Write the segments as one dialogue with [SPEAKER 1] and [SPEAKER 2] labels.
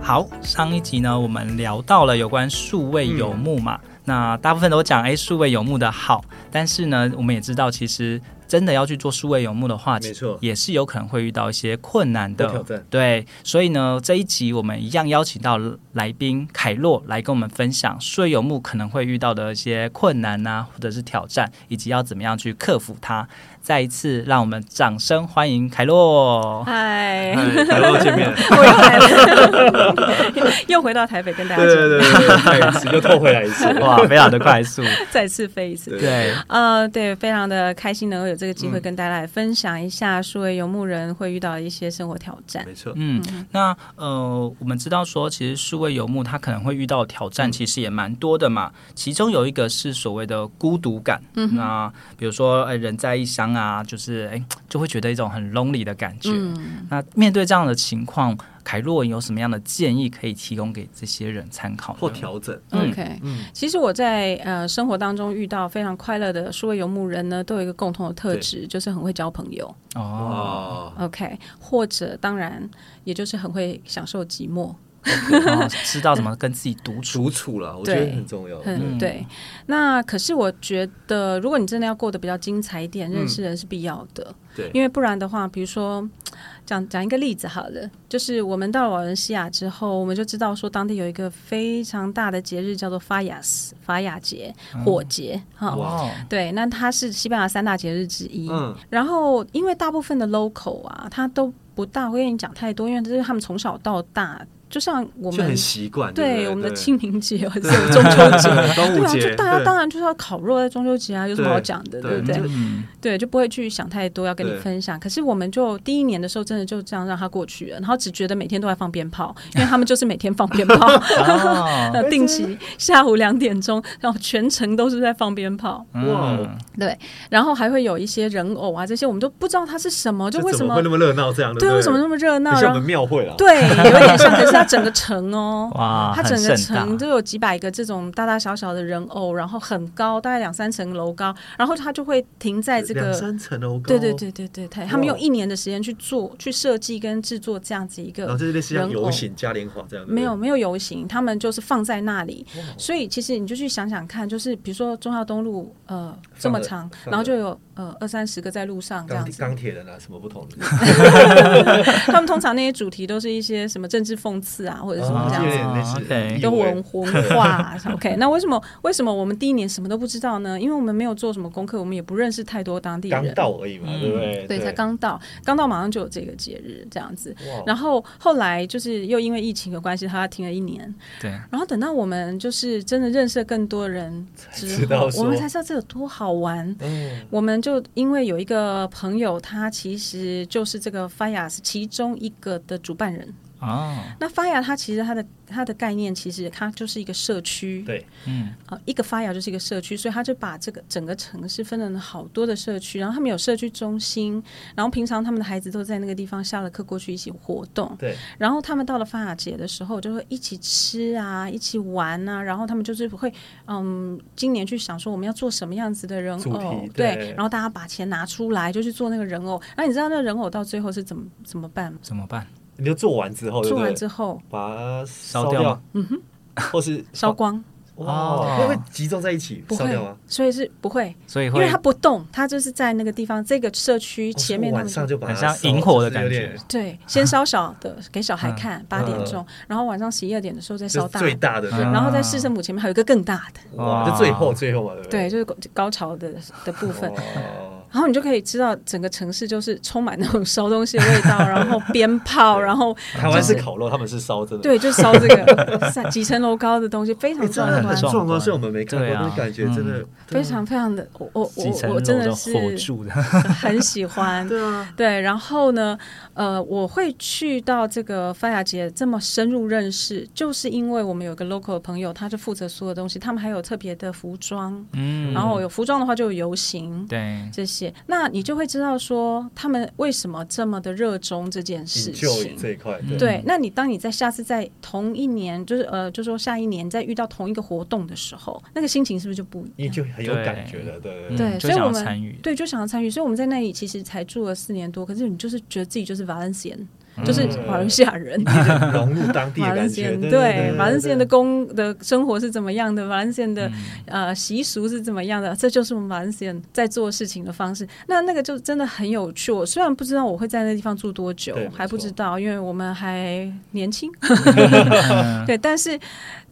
[SPEAKER 1] 好，上一集呢，我们聊到了有关数位游牧嘛，
[SPEAKER 2] 嗯
[SPEAKER 1] 那大部分都讲哎，数位游牧的好，但是呢，我们也知道，其实真的要去做数位游牧的话，
[SPEAKER 2] 没错
[SPEAKER 1] 也是有可能会遇到一些困难的
[SPEAKER 2] 有挑战
[SPEAKER 1] 对，所以呢，这一集我们一样邀请到来宾凯洛来跟我们分享数位游牧可能会遇到的一些困难啊，或者是挑战，以及要怎么样去克服它。再一次，让我们掌声欢迎凯洛。
[SPEAKER 3] 嗨，
[SPEAKER 2] 来到哎见面，
[SPEAKER 3] 哎 我又来了， 又回到台北跟大家
[SPEAKER 2] 对对
[SPEAKER 3] 见面
[SPEAKER 2] 对对，再一次又透回来一次。
[SPEAKER 1] 哇，非常的快速，
[SPEAKER 3] 再次飞一次。
[SPEAKER 1] 对，
[SPEAKER 3] 呃，对，非常的开心能够有这个机会
[SPEAKER 2] 嗯
[SPEAKER 3] 跟大家来分享一下数位游牧人会遇到的一些生活挑战。
[SPEAKER 2] 没错，
[SPEAKER 1] 嗯，那呃，我们知道说，其实数位游牧它可能会遇到的挑
[SPEAKER 3] 嗯
[SPEAKER 1] 战，其实也蛮多的嘛。其中有一个是所谓的孤独感，嗯、那比如说，哎，人在异乡啊，就是哎，就会觉得一种很 lonely 的感觉。
[SPEAKER 3] 嗯，
[SPEAKER 1] 那面对这样的情况，凯洛有什么样的建议可以提供给这些人参考呢？
[SPEAKER 2] 或调整，
[SPEAKER 1] 嗯
[SPEAKER 3] OK，其实我在呃生活当中遇到非常快乐的数位游牧人呢，都有一个共同的特质，就是很会交朋友。
[SPEAKER 1] 哦，
[SPEAKER 2] 哦，
[SPEAKER 3] OK，或者当然也就是很会享受寂寞。
[SPEAKER 1] 哦知道怎么跟自己独处。
[SPEAKER 2] 独处了，我觉得
[SPEAKER 3] 对
[SPEAKER 2] 很重要。
[SPEAKER 3] 嗯，对。那可是我觉得，如果你真的要过得比较精彩一点，认识人是必要的。
[SPEAKER 2] 嗯对，
[SPEAKER 3] 因为不然的话，比如说讲讲一个例子好了，就是我们到了瓦伦西亚之后，我们就知道说当地有一个非常大的节日叫做法雅斯法雅节火节哈。
[SPEAKER 2] 哇
[SPEAKER 1] 哦，
[SPEAKER 3] 对，那它是西班牙三大节日之一。
[SPEAKER 2] 嗯
[SPEAKER 3] 然后，因为大部分的 local 啊，他都不大会跟你讲太多，因为这是他们从小到大，就像我
[SPEAKER 2] 就
[SPEAKER 3] 们
[SPEAKER 2] 很习惯。不
[SPEAKER 3] 对我们的清明 节或者
[SPEAKER 2] 对
[SPEAKER 3] 中秋节，
[SPEAKER 2] 对端午
[SPEAKER 3] 对啊，
[SPEAKER 2] 节，
[SPEAKER 3] 就大家
[SPEAKER 2] 对
[SPEAKER 3] 当然就是要烤肉在中秋节啊，有什么好
[SPEAKER 2] 对
[SPEAKER 3] 讲的，
[SPEAKER 2] 对
[SPEAKER 3] 对不对
[SPEAKER 2] 这？
[SPEAKER 1] 嗯，
[SPEAKER 3] 对，就不会去想太多，要跟你
[SPEAKER 2] 对
[SPEAKER 3] 分享。可是我们就第一年的时候，真的就这样让它过去了，然后只觉得每天都在放鞭炮，因为他们就是每天放鞭 炮，
[SPEAKER 1] 哦，，
[SPEAKER 3] 那定期下午两点钟，然后全程都是在放鞭炮，
[SPEAKER 2] 嗯哇，
[SPEAKER 3] 对，然后还会有一些人偶啊，这些我们都不知道它是什么，就为什
[SPEAKER 2] 这怎么会那么热闹这样？
[SPEAKER 3] 对
[SPEAKER 2] 不
[SPEAKER 3] 为什么那么热闹，
[SPEAKER 2] 很像
[SPEAKER 3] 然
[SPEAKER 2] 我
[SPEAKER 3] 后
[SPEAKER 2] 们庙会了？
[SPEAKER 3] 对，有点像，可是它整个城哦
[SPEAKER 1] 哦哇，
[SPEAKER 3] 它整个
[SPEAKER 1] 很盛大
[SPEAKER 3] 城都有几百个这种大大小小的人偶，然后很高，大概两三层楼高，然后它就会停在这
[SPEAKER 2] 两
[SPEAKER 3] 个
[SPEAKER 2] 三层楼高，
[SPEAKER 3] 对对，对对对，他他们
[SPEAKER 2] 哇
[SPEAKER 3] 用一年的时间去做、去设计跟制作这样子一
[SPEAKER 2] 然后
[SPEAKER 3] 个。
[SPEAKER 2] 哦这是类似像
[SPEAKER 3] 人偶
[SPEAKER 2] 游行嘉年华这样的，
[SPEAKER 3] 没有没有游行，他们就是放在那里，所以其实你就去想想看，就是比如说中孝东路，呃，这么
[SPEAKER 2] 放了
[SPEAKER 3] 长，然
[SPEAKER 2] 放
[SPEAKER 3] 后
[SPEAKER 2] 了
[SPEAKER 3] 就有呃二三十个在路上这
[SPEAKER 2] 钢
[SPEAKER 3] 样
[SPEAKER 2] 铁
[SPEAKER 3] 子。
[SPEAKER 2] 钢铁人啊，什么不同的，
[SPEAKER 3] 他们通常那些主题都是一些什么政治讽刺啊， 或者什么这样
[SPEAKER 2] 有
[SPEAKER 3] 子。
[SPEAKER 2] 点类似
[SPEAKER 1] 哦，OK
[SPEAKER 3] 跟
[SPEAKER 2] 意味
[SPEAKER 3] 文文 化，OK？那为什么为什么我们第一年什么都不知道呢？因为我们没有做什么功课，我们也不认识太多当地
[SPEAKER 2] 刚
[SPEAKER 3] 人，
[SPEAKER 2] 到而已嘛，
[SPEAKER 1] 嗯
[SPEAKER 2] 对不对？
[SPEAKER 3] 对，才刚到，刚到马上就有这个节日这样子。
[SPEAKER 2] 哇。哦
[SPEAKER 3] 然后后来就是又因为疫情的关系，他停了一年。
[SPEAKER 1] 对，
[SPEAKER 3] 然后等到我们就是真的认识了更多人之
[SPEAKER 2] 知道
[SPEAKER 3] 后，
[SPEAKER 2] 说
[SPEAKER 3] 我们才知道这有多好玩。
[SPEAKER 2] 嗯
[SPEAKER 3] 我们就因为有一个朋友，他其实就是这个 Faya 是其中一个的主办人。
[SPEAKER 1] 哦，
[SPEAKER 3] 那 Faya 它其实它的它的概念，其实它就是一个社区，
[SPEAKER 2] 对，
[SPEAKER 1] 嗯，
[SPEAKER 3] 呃，一个 Faya 就是一个社区，所以他就把这个整个城市分成了好多的社区，然后他们有社区中心，然后平常他们的孩子都在那个地方下了课过去一起活动。
[SPEAKER 2] 对，
[SPEAKER 3] 然后他们到了发雅节的时候，就会一起吃啊，一起玩啊，然后他们就是会，嗯，今年去想说我们要做什么样子的人
[SPEAKER 2] 主题
[SPEAKER 3] 偶，
[SPEAKER 2] 对
[SPEAKER 3] 然后大家把钱拿出来就去做那个人偶，然后你知道那个人偶到最后是怎么怎么办吗？
[SPEAKER 1] 怎么办？
[SPEAKER 2] 哦你就做完之后，对
[SPEAKER 3] 做
[SPEAKER 2] 不
[SPEAKER 3] 完
[SPEAKER 2] 对？
[SPEAKER 3] 之后
[SPEAKER 2] 把它
[SPEAKER 1] 烧
[SPEAKER 2] 烧
[SPEAKER 1] 掉吗
[SPEAKER 2] 嗯哼，或是
[SPEAKER 3] 烧光，
[SPEAKER 1] 哦
[SPEAKER 4] 会不会集中在一起
[SPEAKER 3] 不
[SPEAKER 4] 烧
[SPEAKER 3] 会
[SPEAKER 4] 掉吗？，
[SPEAKER 3] 所以是不会，
[SPEAKER 1] 所以
[SPEAKER 3] 因
[SPEAKER 1] 会
[SPEAKER 3] 为它不动，它就是在那个地方这个社区前面
[SPEAKER 4] 哦
[SPEAKER 3] 他
[SPEAKER 4] 晚
[SPEAKER 3] 们
[SPEAKER 4] 上就把它
[SPEAKER 1] 很像
[SPEAKER 4] 烧
[SPEAKER 1] 萤火的
[SPEAKER 4] 就是有
[SPEAKER 1] 感觉
[SPEAKER 4] 点
[SPEAKER 3] 对，先烧小的给小孩
[SPEAKER 1] 嗯
[SPEAKER 3] 看，八点钟，然后晚上十一二点的时候再
[SPEAKER 4] 就
[SPEAKER 3] 烧
[SPEAKER 4] 是
[SPEAKER 3] 大
[SPEAKER 4] 最
[SPEAKER 3] 的，
[SPEAKER 4] 大嗯的这
[SPEAKER 1] 嗯
[SPEAKER 4] 样，
[SPEAKER 3] 然后在市政府前面还有一个更大的，
[SPEAKER 4] 哇，就最后最后嘛，对不
[SPEAKER 3] 对，
[SPEAKER 4] 对？
[SPEAKER 3] 就是高高潮的的部分。
[SPEAKER 4] 哦，
[SPEAKER 3] 然后你就可以知道整个城市就是充满那种烧东西的味道，然后鞭炮，然后
[SPEAKER 4] 台湾是烤肉，他们是烧，真的。
[SPEAKER 3] 对，就烧这个三几层楼高的东西，非常
[SPEAKER 4] 哎，真
[SPEAKER 3] 壮
[SPEAKER 4] 的
[SPEAKER 3] 观
[SPEAKER 4] 很，
[SPEAKER 1] 壮
[SPEAKER 4] 壮
[SPEAKER 1] 观
[SPEAKER 4] 观，虽然我们没看
[SPEAKER 1] 对
[SPEAKER 4] 过，
[SPEAKER 1] 啊
[SPEAKER 4] 但是感觉真的啊
[SPEAKER 3] 非常非常的，我我
[SPEAKER 1] 几层
[SPEAKER 3] 我
[SPEAKER 1] 楼
[SPEAKER 3] 我真的
[SPEAKER 1] 的
[SPEAKER 3] 是
[SPEAKER 1] 火柱的，
[SPEAKER 3] 很 喜欢。
[SPEAKER 4] 对啊，
[SPEAKER 3] 对，然后呢，呃，我会去到这个发芽节这么深入认识，就是因为我们有个 local 的朋友，他是负责所有东西，他们还有特别的服装，
[SPEAKER 1] 嗯
[SPEAKER 3] 然后有服装的话就有游行。
[SPEAKER 1] 对，
[SPEAKER 3] 这些，那你就会知道说他们为什么这么的热衷这件事
[SPEAKER 4] 引
[SPEAKER 3] 情。
[SPEAKER 4] 咎
[SPEAKER 1] 嗯
[SPEAKER 4] 这一块，对
[SPEAKER 3] 对，那你当你在下次在同一年，就是呃，就说下一年再遇到同一个活动的时候，那个心情是不是就不一
[SPEAKER 4] 你
[SPEAKER 3] 样？
[SPEAKER 4] 就很有感觉了，对对
[SPEAKER 1] 嗯
[SPEAKER 4] 对。
[SPEAKER 3] 对
[SPEAKER 1] 就
[SPEAKER 3] 所以
[SPEAKER 1] 想
[SPEAKER 3] 我
[SPEAKER 1] 要
[SPEAKER 3] 们
[SPEAKER 1] 参与，
[SPEAKER 3] 对，就想要参与，所以我们在那里其实才住了四年多，可是你就是觉得自己就是 Valencian，、就是
[SPEAKER 1] 嗯
[SPEAKER 3] 马来西亚人，
[SPEAKER 4] 融入当地的
[SPEAKER 3] 马来
[SPEAKER 4] 感
[SPEAKER 3] 西亚
[SPEAKER 4] 觉，
[SPEAKER 3] 人
[SPEAKER 4] 对，嗯
[SPEAKER 3] 马来西亚人的
[SPEAKER 4] 工
[SPEAKER 3] 工的生活是怎么样的，马来西亚人的、呃习俗是怎么样的，这就是我们马来西亚人在做事情的方式。那那个就真的很有趣。我虽然不知道我会在那地方住多久
[SPEAKER 4] 对没，错
[SPEAKER 3] 还不知道，因为我们还 年轻。对，但是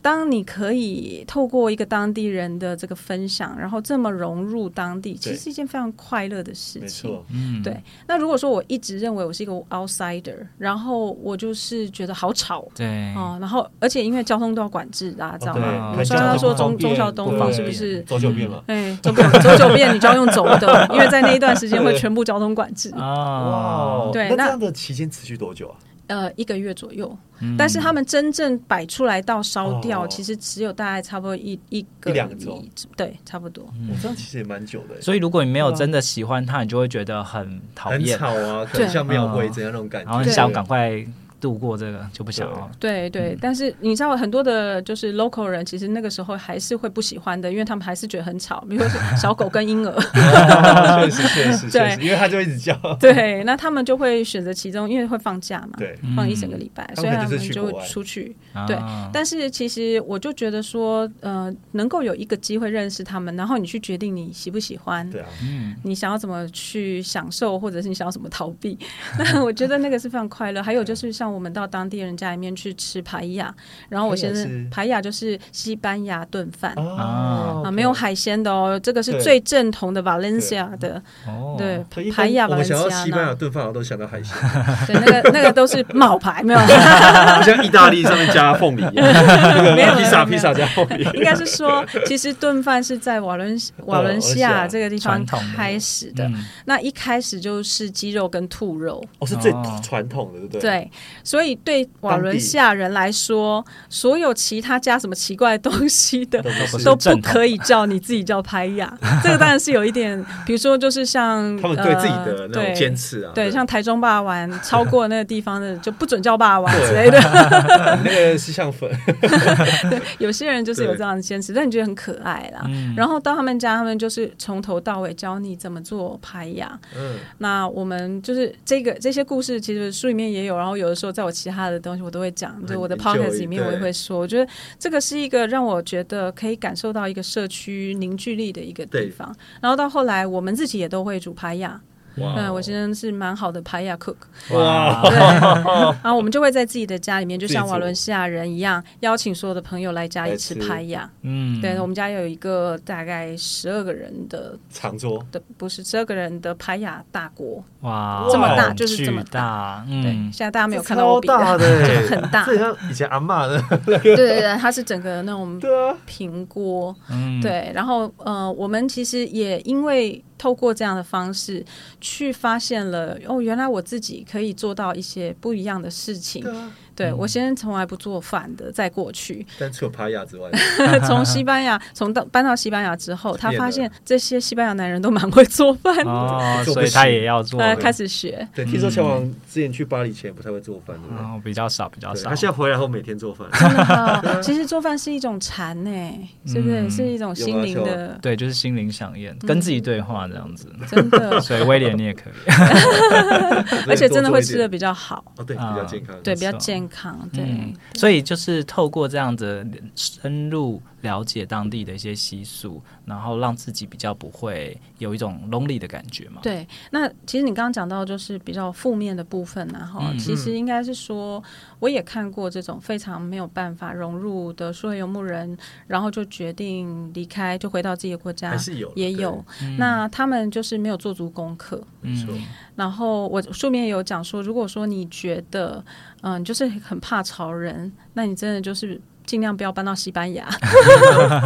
[SPEAKER 3] 当你可以透过一个当地人的这个分享，然后这么融入当地，其
[SPEAKER 4] 对
[SPEAKER 3] 实是一件非常快乐的事
[SPEAKER 4] 没
[SPEAKER 3] 情。
[SPEAKER 4] 错，
[SPEAKER 1] 嗯，
[SPEAKER 3] 对，那如果说我一直认为我是一个 outsider，然后我就是觉得好吵
[SPEAKER 1] 对，
[SPEAKER 3] 哦，然后而且因为交通都要管制，啊大家知道
[SPEAKER 4] 哦对
[SPEAKER 3] 吗？我
[SPEAKER 1] 还
[SPEAKER 3] 们刚刚说中
[SPEAKER 4] 交
[SPEAKER 3] 中
[SPEAKER 4] 通
[SPEAKER 3] 小
[SPEAKER 4] 不
[SPEAKER 3] 东
[SPEAKER 4] 方
[SPEAKER 3] 方
[SPEAKER 4] 便
[SPEAKER 3] 是不是？
[SPEAKER 4] 走九遍嘛，
[SPEAKER 3] 哎，走不走九遍你就要用走 的，因为在那一段时间会全部交通管制，
[SPEAKER 1] 啊，
[SPEAKER 4] 嗯哇，
[SPEAKER 3] 嗯对
[SPEAKER 4] 那这
[SPEAKER 3] 那
[SPEAKER 4] 样的期间持续多久啊？
[SPEAKER 3] 呃，一个月左右。但是他们真正摆出来到烧掉，
[SPEAKER 4] 嗯哦
[SPEAKER 3] 其实只有大概差不多一一个
[SPEAKER 4] 一两嗯周
[SPEAKER 3] 礼对，差不多。
[SPEAKER 4] 我这样其实也蛮久的欸，
[SPEAKER 1] 所以如果你没有真的喜欢它，你就会觉得很讨
[SPEAKER 4] 很
[SPEAKER 1] 厌，
[SPEAKER 4] 吵啊，可
[SPEAKER 3] 对
[SPEAKER 4] 能像庙会这样那种感
[SPEAKER 1] 然
[SPEAKER 4] 觉，
[SPEAKER 1] 后很
[SPEAKER 3] 对
[SPEAKER 1] 想赶快度过这个，就不想要。
[SPEAKER 3] 对
[SPEAKER 4] 嗯
[SPEAKER 3] 对，但是你知道很多的，就是 local 人，其实那个时候还是会不喜欢的，因为他们还是觉得很吵，比如说是小狗跟婴儿，
[SPEAKER 4] 哦 确实确实确
[SPEAKER 3] 对
[SPEAKER 4] 实，因为他就一直 叫，
[SPEAKER 3] 对，那他们就会选择其中，因为会放假嘛，
[SPEAKER 4] 对，
[SPEAKER 3] 放一整个礼拜，
[SPEAKER 4] 他
[SPEAKER 3] 所以
[SPEAKER 4] 们
[SPEAKER 3] 他
[SPEAKER 4] 就是
[SPEAKER 3] 们
[SPEAKER 4] 去
[SPEAKER 3] 就
[SPEAKER 4] 国外
[SPEAKER 3] 会出去。
[SPEAKER 1] 啊
[SPEAKER 3] 对但是其实我就觉得说，呃，能够有一个机会认识他们，然后你去决定你喜不喜欢，
[SPEAKER 4] 对啊，
[SPEAKER 1] 嗯
[SPEAKER 3] 你想要怎么去享受，或者是你想要怎么逃 避。那我觉得那个是非常快乐。还有就是像我们到当地人家里面去吃排亚，然后我先
[SPEAKER 4] 排雅是
[SPEAKER 3] 生排亚就是西班牙炖饭。
[SPEAKER 4] 啊
[SPEAKER 3] 啊，没有，海鲜的哦，这个是
[SPEAKER 4] 对
[SPEAKER 3] 最正统的 Valencia 的，
[SPEAKER 1] 哦，
[SPEAKER 3] 对，
[SPEAKER 4] 所以一般
[SPEAKER 3] 排亚
[SPEAKER 4] 我们想到西班牙
[SPEAKER 3] Valencia，
[SPEAKER 4] 炖饭，我都想到 海鲜，
[SPEAKER 3] 对，那个那个都是冒牌，没有，
[SPEAKER 4] 就像意大利上面加凤梨一样，
[SPEAKER 3] 没有
[SPEAKER 4] 披萨披萨
[SPEAKER 3] 没
[SPEAKER 4] 加凤梨，
[SPEAKER 3] 应该是说，其实炖饭是在瓦伦
[SPEAKER 4] 呃
[SPEAKER 3] 瓦伦西亚这个地
[SPEAKER 1] 传
[SPEAKER 3] 方
[SPEAKER 1] 统的
[SPEAKER 3] 开始的，
[SPEAKER 4] 嗯
[SPEAKER 3] 那一开始就是鸡肉跟兔肉，
[SPEAKER 4] 哦，是最
[SPEAKER 1] 哦
[SPEAKER 4] 传统的，对不对？
[SPEAKER 3] 对，所以对瓦伦西亚人来说，所有其他加什么奇怪的东西的
[SPEAKER 4] 都不是
[SPEAKER 3] 都不可以叫你自己叫拍 亚，这个当然是有一点，比如说就是像
[SPEAKER 4] 他们对自己的
[SPEAKER 3] 呃
[SPEAKER 4] 那种
[SPEAKER 3] 对
[SPEAKER 4] 坚持啊，
[SPEAKER 3] 对，像台中霸王超过那个地方的就不准叫霸王之类的，
[SPEAKER 4] 那个西象粉，
[SPEAKER 3] 有些人就是有这样的坚持，但你觉得很可爱啦。
[SPEAKER 4] 嗯
[SPEAKER 3] 然后到他们家，他们就是从头到尾教你怎么做拍呀。
[SPEAKER 4] 嗯，
[SPEAKER 3] 那我们就是这个这些故事，其实书里面也有，然后有的时候在我其他的东西我都会讲，就我的
[SPEAKER 4] 很
[SPEAKER 3] podcast
[SPEAKER 4] enjoy，
[SPEAKER 3] 里面我也
[SPEAKER 4] 对
[SPEAKER 3] 会说。我觉得这个是一个让我觉得可以感受到一个社区凝聚力的一个
[SPEAKER 4] 对
[SPEAKER 3] 地方。然后到后来，我们自己也都会煮拍呀。
[SPEAKER 4] 哇哦
[SPEAKER 3] 嗯，我先生是蛮好的拍呀 cook。
[SPEAKER 4] 哇，
[SPEAKER 3] 对，然后 我们就会在自己的家里面，就
[SPEAKER 4] 自己
[SPEAKER 3] 像
[SPEAKER 4] 做
[SPEAKER 3] 瓦伦西亚人一样，邀请所有的朋友来家里吃
[SPEAKER 4] 来吃
[SPEAKER 3] 拍呀。
[SPEAKER 1] 嗯，
[SPEAKER 3] 对，我们家有一个大概十二个人的
[SPEAKER 4] 长桌，
[SPEAKER 3] 的，不是十二个人的排雅大锅，
[SPEAKER 1] 哇，
[SPEAKER 4] 这么
[SPEAKER 3] 大就是这么
[SPEAKER 1] 大，
[SPEAKER 3] 对，
[SPEAKER 1] 嗯，
[SPEAKER 3] 现在大家没有看到
[SPEAKER 4] 超
[SPEAKER 3] 我比
[SPEAKER 4] 大的欸，
[SPEAKER 3] 很大
[SPEAKER 4] 这很像以前阿嬷的，
[SPEAKER 3] 对对对，它是整个那种
[SPEAKER 4] 对啊，
[SPEAKER 3] 平锅，
[SPEAKER 1] 嗯，
[SPEAKER 3] 对，然后呃，我们其实也因为透过这样的方式去发现了，哦，原来我自己可以做到一些不一样的事情
[SPEAKER 4] 对。啊，
[SPEAKER 1] 嗯
[SPEAKER 3] 对我先生从来不做饭的，在过去，
[SPEAKER 4] 但除了帕亚之外，
[SPEAKER 3] 从西班牙从到搬到西班牙之后，他
[SPEAKER 4] 变
[SPEAKER 3] 发
[SPEAKER 4] 了
[SPEAKER 3] 现这些西班牙男人都蛮会做饭的，
[SPEAKER 1] 哦，
[SPEAKER 4] 嗯做不
[SPEAKER 1] 所以他
[SPEAKER 4] 行
[SPEAKER 1] 也要做，
[SPEAKER 3] 呃，开 始学。
[SPEAKER 4] 对，听说乔王之前去巴黎前不太会做饭，对不对？
[SPEAKER 1] 哦，比较少，比较
[SPEAKER 4] 对
[SPEAKER 1] 少
[SPEAKER 4] 他。现在回来后每天做饭，
[SPEAKER 3] 啊其实做饭是一种禅呢、是不是？
[SPEAKER 1] 嗯
[SPEAKER 3] 是一种心灵的，
[SPEAKER 1] 对，就是心灵想
[SPEAKER 3] 嗯
[SPEAKER 1] 念，跟自己对话这样子。
[SPEAKER 3] 真的，
[SPEAKER 1] 啊 所以威廉你也可以，
[SPEAKER 3] 而且真的会吃的
[SPEAKER 4] 比
[SPEAKER 3] 比较好，
[SPEAKER 4] 哦，对，比较健康，
[SPEAKER 1] 没
[SPEAKER 3] 对，比
[SPEAKER 1] 错
[SPEAKER 3] 嗯较健康，对。
[SPEAKER 1] 嗯，所以就是透过这样子深入了解当地的一些习俗，然后让自己比较不会有一种 lonely 的感觉嘛。
[SPEAKER 3] 对，那其实你刚刚讲到就是比较负面的部分然后
[SPEAKER 1] 嗯
[SPEAKER 3] 其实应该是说，我也看过这种非常没有办法融入的数位游牧人，然后就决定离开，就回到自己的国家
[SPEAKER 4] 还，是有的
[SPEAKER 3] 也
[SPEAKER 4] 对
[SPEAKER 3] 有。
[SPEAKER 1] 嗯
[SPEAKER 3] 那他们就是没有做足功课，
[SPEAKER 4] 没错
[SPEAKER 1] 嗯
[SPEAKER 3] 然后我书里面有讲说，如果说你觉得，嗯、你就是很怕潮人，那你真的就是尽量不要搬到西班牙。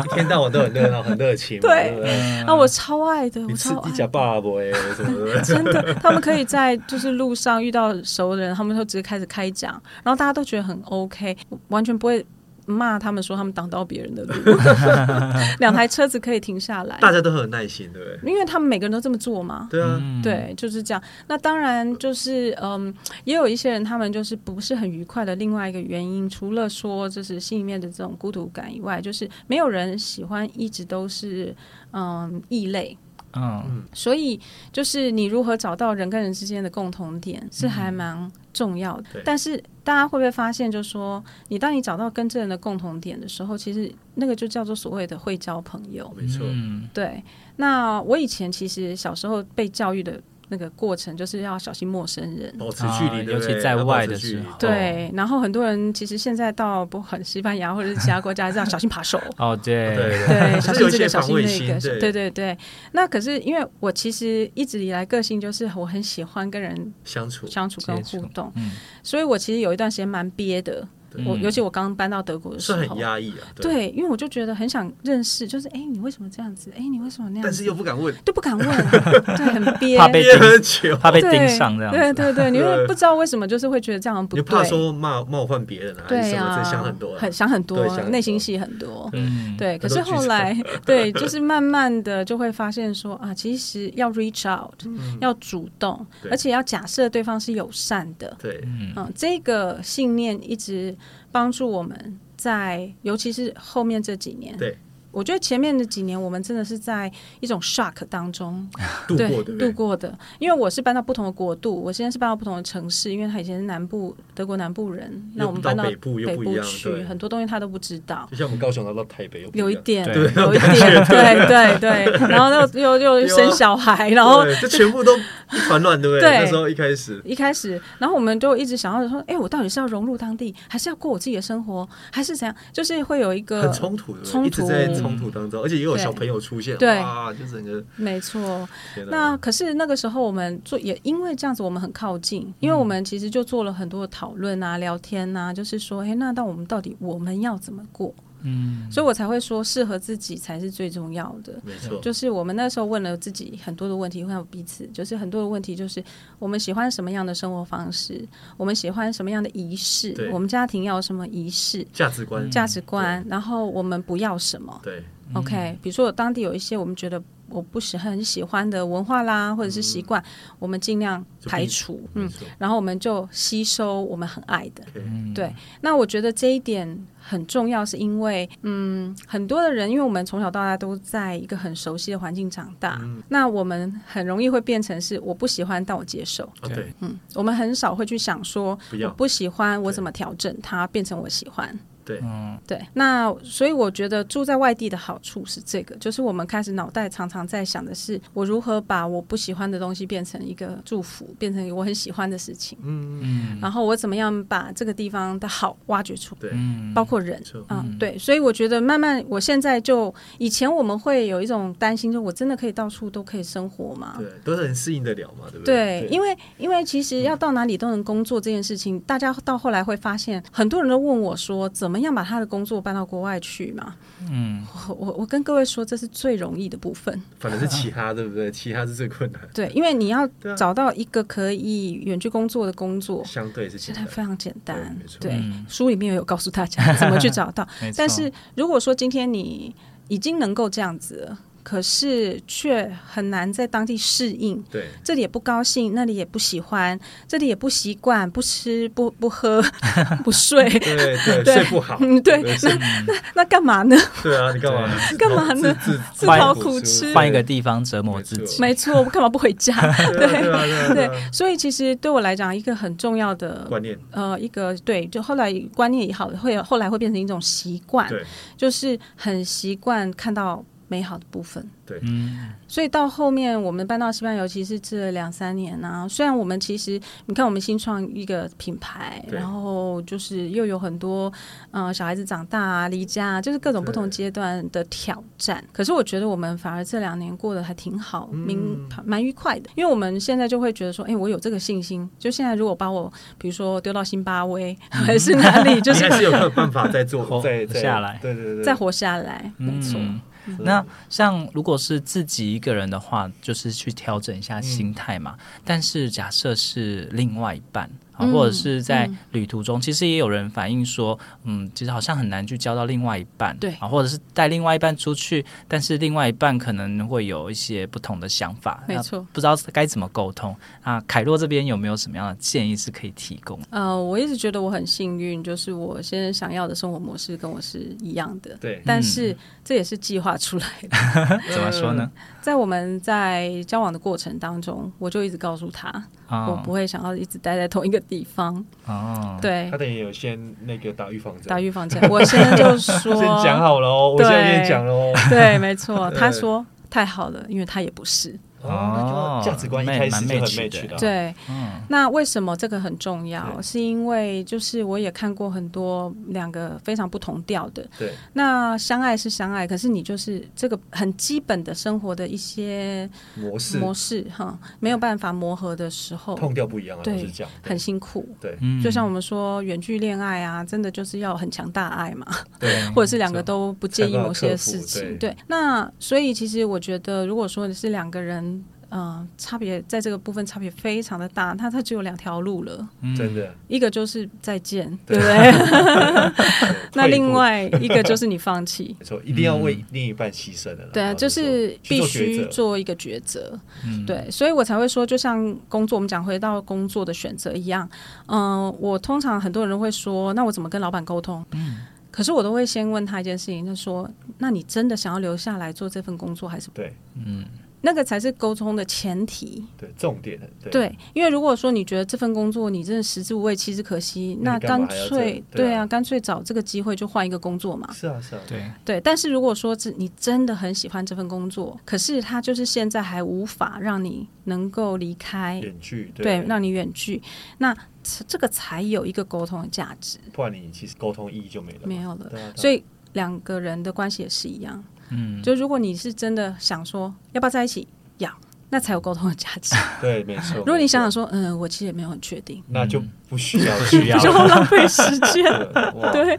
[SPEAKER 4] 一天到晚都很热闹，很热情嘛。
[SPEAKER 3] 对
[SPEAKER 4] 不对，
[SPEAKER 3] 啊，我超爱的，
[SPEAKER 4] 嗯
[SPEAKER 3] 我
[SPEAKER 4] 你吃
[SPEAKER 3] 超爱。
[SPEAKER 4] 地。甲爸爸哎，什么的
[SPEAKER 3] 真的，他们可以在就是路上遇到熟人，他们就直接开始开讲，然后大家都觉得很 OK，完全不会骂他们说他们挡到别人 的路，两台车子可以停下来，
[SPEAKER 4] 大家都很有耐心，对不对？
[SPEAKER 3] 因为他们每个人都这么做嘛。
[SPEAKER 4] 对啊，
[SPEAKER 1] 嗯
[SPEAKER 3] 对，就是这样。那当然就是，嗯，也有一些人他们就是不是很愉快的另外一个原因，除了说就是心里面的这种孤独感以外，就是没有人喜欢一直都是嗯异类。
[SPEAKER 1] 嗯
[SPEAKER 3] 所以，就是你如何找到人跟人之间的共同点，是还蛮重要的。
[SPEAKER 4] 对
[SPEAKER 3] 但是，大家会不会发现，就是说，你当你找到跟这人的共同点的时候，其实那个就叫做所谓的会交朋友。
[SPEAKER 4] 没错，
[SPEAKER 1] 嗯
[SPEAKER 3] 对，那我以前其实小时候被教育的那个过程，就是要小心陌生人。
[SPEAKER 4] 保持距
[SPEAKER 1] 啊
[SPEAKER 4] 离，对
[SPEAKER 1] 尤
[SPEAKER 4] 不对
[SPEAKER 1] 其在外的时
[SPEAKER 4] 要保持距离
[SPEAKER 1] 候
[SPEAKER 3] 对，然后很多人其实现在到不很西班牙或者是其他国家，这样小心扒手。
[SPEAKER 1] 哦对
[SPEAKER 4] 对 对
[SPEAKER 3] 对，小
[SPEAKER 4] 就是有一
[SPEAKER 3] 心这
[SPEAKER 4] 些
[SPEAKER 3] 个，小
[SPEAKER 4] 防
[SPEAKER 3] 心
[SPEAKER 4] 卫
[SPEAKER 3] 那
[SPEAKER 4] 心
[SPEAKER 3] 个，，对对对。那可是因为我其实一直以来个性就是我很喜欢跟人
[SPEAKER 4] 相处
[SPEAKER 3] 相处跟
[SPEAKER 1] 接
[SPEAKER 3] 互
[SPEAKER 1] 触
[SPEAKER 3] 动，
[SPEAKER 1] 嗯
[SPEAKER 3] 所以我其实有一段时间蛮憋的。
[SPEAKER 4] 对
[SPEAKER 3] 我
[SPEAKER 1] 嗯
[SPEAKER 3] 尤其我刚搬到德国的时
[SPEAKER 4] 是
[SPEAKER 3] 候，
[SPEAKER 4] 很压抑啊，
[SPEAKER 3] 对，因为我就觉得很想认识，就是哎，你为什么这样子？哎，你为什么那样子？
[SPEAKER 4] 但是又不敢问，
[SPEAKER 3] 就不敢 问啊，对，很憋，
[SPEAKER 1] 怕被
[SPEAKER 4] 憋很久，
[SPEAKER 1] 怕被
[SPEAKER 3] 对
[SPEAKER 1] 盯上这样
[SPEAKER 3] 对
[SPEAKER 1] 子，
[SPEAKER 3] 对对，你会
[SPEAKER 4] 对
[SPEAKER 3] 不知道为什么，就是会觉得这样不
[SPEAKER 4] 你
[SPEAKER 3] 对，
[SPEAKER 4] 就怕说冒冒犯别人啊，还是
[SPEAKER 3] 对
[SPEAKER 4] 什么，
[SPEAKER 3] 呀，
[SPEAKER 4] 这想很多啊，
[SPEAKER 3] 很想很多
[SPEAKER 4] 对想，很
[SPEAKER 3] 内心
[SPEAKER 4] 多
[SPEAKER 3] 戏很多。
[SPEAKER 1] 嗯
[SPEAKER 3] 对，可
[SPEAKER 4] 很多
[SPEAKER 3] 是
[SPEAKER 4] 剧
[SPEAKER 3] 后
[SPEAKER 4] 情
[SPEAKER 3] 来， 对，就是慢慢的就会发现说啊，其实要 reach out，、要主动，
[SPEAKER 4] 嗯对
[SPEAKER 3] 而且要假设对方是友善的。
[SPEAKER 4] 对，
[SPEAKER 3] 嗯，这个信念一直帮助我们在，尤其是后面这几年。
[SPEAKER 4] 对，
[SPEAKER 3] 我觉得前面的几年，我们真的是在一种 shock 当中
[SPEAKER 4] 度
[SPEAKER 3] 对
[SPEAKER 4] 过对不
[SPEAKER 3] 度
[SPEAKER 4] 对？
[SPEAKER 3] 过的。因为我是搬到不同的国度，我现在是搬到不同的城市，因为他以前是南部德国南部人，那
[SPEAKER 4] 又
[SPEAKER 3] 我们
[SPEAKER 4] 到
[SPEAKER 3] 搬到
[SPEAKER 4] 北部又
[SPEAKER 3] 北
[SPEAKER 4] 不一
[SPEAKER 3] 部
[SPEAKER 4] 样
[SPEAKER 3] 去，
[SPEAKER 4] 对啊
[SPEAKER 3] 很多东西他都不知道。
[SPEAKER 4] 就像我们高雄来到台北又不样，
[SPEAKER 3] 有一点，
[SPEAKER 1] 对
[SPEAKER 3] 有一点，对对对，然后又又又
[SPEAKER 4] 有啊
[SPEAKER 3] 生 小孩，然后
[SPEAKER 4] 对这全部都一团乱，对不
[SPEAKER 3] 哦对
[SPEAKER 4] 对？那时候一开始
[SPEAKER 3] 一开始，然后我们就一直想要说，哎，我到底是要融入当地，还是要过我自己的生活，还是怎样？就是会有一
[SPEAKER 4] 很
[SPEAKER 3] 个，
[SPEAKER 4] 冲突，对不对
[SPEAKER 3] 呃冲突
[SPEAKER 4] 一直在冲突当中，而且也有小朋友出现，
[SPEAKER 3] 对
[SPEAKER 4] 哇，就整个
[SPEAKER 3] 没错。
[SPEAKER 4] 天
[SPEAKER 3] 那
[SPEAKER 4] 哪，
[SPEAKER 3] 可是那个时候我们做，也因为这样子，我们很靠近，因为我们其实就做了很多的讨论啊、聊天啊，就是说，哎，那到我们到底我们要怎么过？
[SPEAKER 1] 嗯
[SPEAKER 3] 所以我才会说，适合自己才是最重要的。
[SPEAKER 4] 没错，
[SPEAKER 3] 就是我们那时候问了自己很多的问题，问了彼此，就是很多的问题，就是我们喜欢什么样的生活方式，我们喜欢什么样的仪式
[SPEAKER 4] 对，
[SPEAKER 3] 我们家庭要有什么仪式、
[SPEAKER 4] 价值观，
[SPEAKER 3] 价值观，然后我们不要什么。
[SPEAKER 4] 对，
[SPEAKER 3] OK，比如说当地有一些我们觉得我不是很喜欢的文化啦，或者是习惯，我们尽量
[SPEAKER 4] 嗯就避
[SPEAKER 3] 排除，
[SPEAKER 4] 没
[SPEAKER 3] 嗯，
[SPEAKER 4] 错
[SPEAKER 3] 然后我们就吸收我们很爱的。
[SPEAKER 4] ，OK，
[SPEAKER 3] 对，那我觉得这一点很重要，是因为，嗯，很多的人，因为我们从小到大都在一个很熟悉的环境长大，
[SPEAKER 4] 嗯
[SPEAKER 3] 那我们很容易会变成是我不喜欢，但我接受，
[SPEAKER 4] 啊对，
[SPEAKER 3] 嗯，我们很少会去想说
[SPEAKER 4] 不要
[SPEAKER 3] 我不喜欢，我
[SPEAKER 4] 对
[SPEAKER 3] 怎么调整它变成我喜欢。
[SPEAKER 4] 对
[SPEAKER 3] 嗯，对，那所以我觉得住在外地的好处是这个，就是我们开始脑袋常常在想的是，我如何把我不喜欢的东西变成一个祝福，变成我很喜欢的事情。
[SPEAKER 1] 嗯
[SPEAKER 3] 然后我怎么样把这个地方的好挖掘出来，
[SPEAKER 4] 对
[SPEAKER 1] 嗯
[SPEAKER 3] 包括人
[SPEAKER 4] 错
[SPEAKER 3] 啊、对，所以我觉得慢慢，我现在就以前我们会有一种担心，就我真的可以到处都可以生活吗？
[SPEAKER 4] 对，都是很适应得了嘛，对不
[SPEAKER 3] 对，因
[SPEAKER 4] 为
[SPEAKER 3] 为因为其实要到哪里都能工作这件事情，大家到后来会发现，很多人都问我说，怎么样把他的工作搬到国外去嘛？
[SPEAKER 1] 嗯
[SPEAKER 3] 我我我跟各位说，这是最容易的部分，
[SPEAKER 4] 反正是其他，对不对？其他是最困难，
[SPEAKER 3] 对，因为你要
[SPEAKER 4] 对啊
[SPEAKER 3] 找到一个可以远距工作的工作，
[SPEAKER 4] 相对是简
[SPEAKER 3] 现在
[SPEAKER 4] 单，
[SPEAKER 3] 非常简单
[SPEAKER 4] 对没，错
[SPEAKER 3] 对，
[SPEAKER 1] 嗯
[SPEAKER 3] 书里面有告诉 大家怎么去找到
[SPEAKER 1] 没错。
[SPEAKER 3] 但是如果说今天你已经能够这样子了，可是却很难在当地适应。
[SPEAKER 4] 对，
[SPEAKER 3] 这里也不高兴，那里也不喜欢，这里也不习惯，不吃不不喝不睡，
[SPEAKER 4] 对对，
[SPEAKER 3] 对
[SPEAKER 4] 睡不好，
[SPEAKER 3] 嗯对
[SPEAKER 4] 睡不
[SPEAKER 3] 那干嘛呢？
[SPEAKER 4] 对啊，你干嘛
[SPEAKER 3] 干嘛呢？
[SPEAKER 4] 自
[SPEAKER 3] 自
[SPEAKER 1] 讨
[SPEAKER 3] 苦吃
[SPEAKER 1] 换一个地方折磨自己。
[SPEAKER 3] 没错，我干嘛不回家？
[SPEAKER 4] 对啊对啊对啊对
[SPEAKER 3] 对
[SPEAKER 4] 啊，
[SPEAKER 3] 所以其实对我来讲，一个很重要的
[SPEAKER 4] 观念，
[SPEAKER 3] 呃，一个对，就后来观念也好，会后来会变成一种习惯，
[SPEAKER 4] 对
[SPEAKER 3] 就是很习惯看到美好的部分。
[SPEAKER 1] 嗯，
[SPEAKER 3] 所以到后面我们搬到西班牙，尤其是这两三年啊，虽然我们其实你看我们新创一个品牌，
[SPEAKER 4] 对
[SPEAKER 3] 然后就是又有很多呃小孩子长大啊、离家啊，就是各种不同
[SPEAKER 4] 对
[SPEAKER 3] 阶段的挑战。可是我觉得我们反而这两年过得还挺好，明蛮愉快的，因为我们现在就会觉得说，哎，我有这个信心。就现在如果把我比如说丢到新巴威 还是哪里，就
[SPEAKER 4] 你
[SPEAKER 3] 是
[SPEAKER 4] 还是有办法 再做
[SPEAKER 1] 活
[SPEAKER 4] 再再
[SPEAKER 1] 下来
[SPEAKER 4] 对对对，
[SPEAKER 3] 再活下来，没错。
[SPEAKER 1] 嗯那像如果是自己一个人的话，就是去调整一下心
[SPEAKER 3] 嗯
[SPEAKER 1] 态嘛。但是假设是另外一半。啊，
[SPEAKER 3] 嗯
[SPEAKER 1] 或者是在
[SPEAKER 3] 嗯
[SPEAKER 1] 旅途中，其实也有人反映说，嗯，其实好像很难去交到另外一半，
[SPEAKER 3] 对
[SPEAKER 1] 啊，或者是带另外一半出去，但是另外一半可能会有一些不同的想法，
[SPEAKER 3] 没
[SPEAKER 1] 那
[SPEAKER 3] 错
[SPEAKER 1] 不知道该怎么沟通啊。凯洛这边有没有什么样的建议是可以提供的？
[SPEAKER 3] 呃，我一直觉得我很幸运，就是我先生想要的生活模式跟我是一样的，
[SPEAKER 4] 对，
[SPEAKER 3] 但是这也是计划出来 的。呃
[SPEAKER 1] 怎么说呢？
[SPEAKER 3] 在我们在交往的过程当中，我就一直告诉他，
[SPEAKER 1] 啊
[SPEAKER 3] 我不会想要一直待在同一个地方。
[SPEAKER 1] 哦，
[SPEAKER 3] 对
[SPEAKER 4] 啊他，等于有先那个打预防针，
[SPEAKER 3] 打预 防针。我先生就
[SPEAKER 4] 先讲
[SPEAKER 3] 说，
[SPEAKER 4] 好了哦，我现在跟你讲了哦，
[SPEAKER 3] 对，没错，
[SPEAKER 4] 对
[SPEAKER 3] 他说。太好了，因为他也不是。
[SPEAKER 4] 哦，那就价值观一
[SPEAKER 1] 蛮
[SPEAKER 4] 开始就很
[SPEAKER 1] 蛮 match 的
[SPEAKER 4] match 的啊，
[SPEAKER 3] 对，
[SPEAKER 1] 嗯
[SPEAKER 3] 那为什么这个很重要？
[SPEAKER 4] 对
[SPEAKER 3] 是因为就是我也看过很多两个非常不同调的，
[SPEAKER 4] 对
[SPEAKER 3] 那相爱是相爱，可是你就是这个很基本的生活的一些
[SPEAKER 4] 模式
[SPEAKER 3] 模式哈，没有办法磨合的时候，
[SPEAKER 4] 痛掉不一样啊，
[SPEAKER 3] 对
[SPEAKER 4] 都是这样，
[SPEAKER 3] 很辛苦。
[SPEAKER 4] 对
[SPEAKER 1] 嗯
[SPEAKER 3] 就像我们说远距恋爱啊，真的就是要很强大爱嘛，
[SPEAKER 4] 对
[SPEAKER 3] 或者是两个都不介意某些
[SPEAKER 4] 嗯才
[SPEAKER 3] 事
[SPEAKER 4] 能
[SPEAKER 3] 情。
[SPEAKER 4] 克
[SPEAKER 3] 对，那所以其实我觉得，如果说你是两个人，呃，差别在这个部分差别非常的大，那它只有两条路了，
[SPEAKER 1] 嗯
[SPEAKER 4] 真的
[SPEAKER 3] 一个就是再见，
[SPEAKER 4] 对
[SPEAKER 3] 对 不对？
[SPEAKER 4] 对
[SPEAKER 3] 那
[SPEAKER 4] 退一
[SPEAKER 3] 另
[SPEAKER 4] 步
[SPEAKER 3] 外一个就是你放弃。
[SPEAKER 4] 没错，一定要为另一半牺牲的啦，
[SPEAKER 3] 对啊，
[SPEAKER 4] 老实
[SPEAKER 3] 就是
[SPEAKER 4] 说去
[SPEAKER 3] 必
[SPEAKER 4] 做
[SPEAKER 3] 须
[SPEAKER 4] 抉择嗯
[SPEAKER 3] 做一个抉择，
[SPEAKER 1] 嗯
[SPEAKER 3] 对，所以我才会说，就像工作，我们讲回到工作的选择一样，嗯、我通常很多人会说，那我怎么跟老板沟通？
[SPEAKER 4] 嗯
[SPEAKER 3] 可是我都会先问他一件事情，就说，那你真的想要留下来做这份工作，还是不
[SPEAKER 4] 对
[SPEAKER 3] 那个才是沟通的前提？
[SPEAKER 4] 对重点对
[SPEAKER 3] 对，因为如果说你觉得这份工作你真的食之无味，弃之可惜，
[SPEAKER 4] 那
[SPEAKER 3] 那
[SPEAKER 4] 你干嘛
[SPEAKER 3] 干
[SPEAKER 4] 还要
[SPEAKER 3] 脆
[SPEAKER 4] 这对啊
[SPEAKER 3] 对啊，干脆找这个机会就换一个工作嘛。
[SPEAKER 4] 是啊是啊，
[SPEAKER 1] 对，
[SPEAKER 3] 对，但是如果说这你真的很喜欢这份工作，可是它就是现在还无法让你能够离开，
[SPEAKER 4] 远距
[SPEAKER 3] 对，让你远距，那这这个才有一个沟通的价值，
[SPEAKER 4] 不然你其实沟通意义就没了嘛，
[SPEAKER 3] 没有了
[SPEAKER 4] 对啊，对啊
[SPEAKER 3] 所以。两个人的关系也是一样，
[SPEAKER 1] 嗯，
[SPEAKER 3] 就如果你是真的想说要不要在一起，要，那才有沟通的价 值。
[SPEAKER 4] 对没错，
[SPEAKER 3] 如果你想
[SPEAKER 4] 没
[SPEAKER 3] 想
[SPEAKER 4] 错，
[SPEAKER 3] 说，嗯，我其实也没有很确定，
[SPEAKER 4] 那就不需要需
[SPEAKER 1] 要
[SPEAKER 3] 就浪费时 间。
[SPEAKER 4] 哇，
[SPEAKER 3] 对，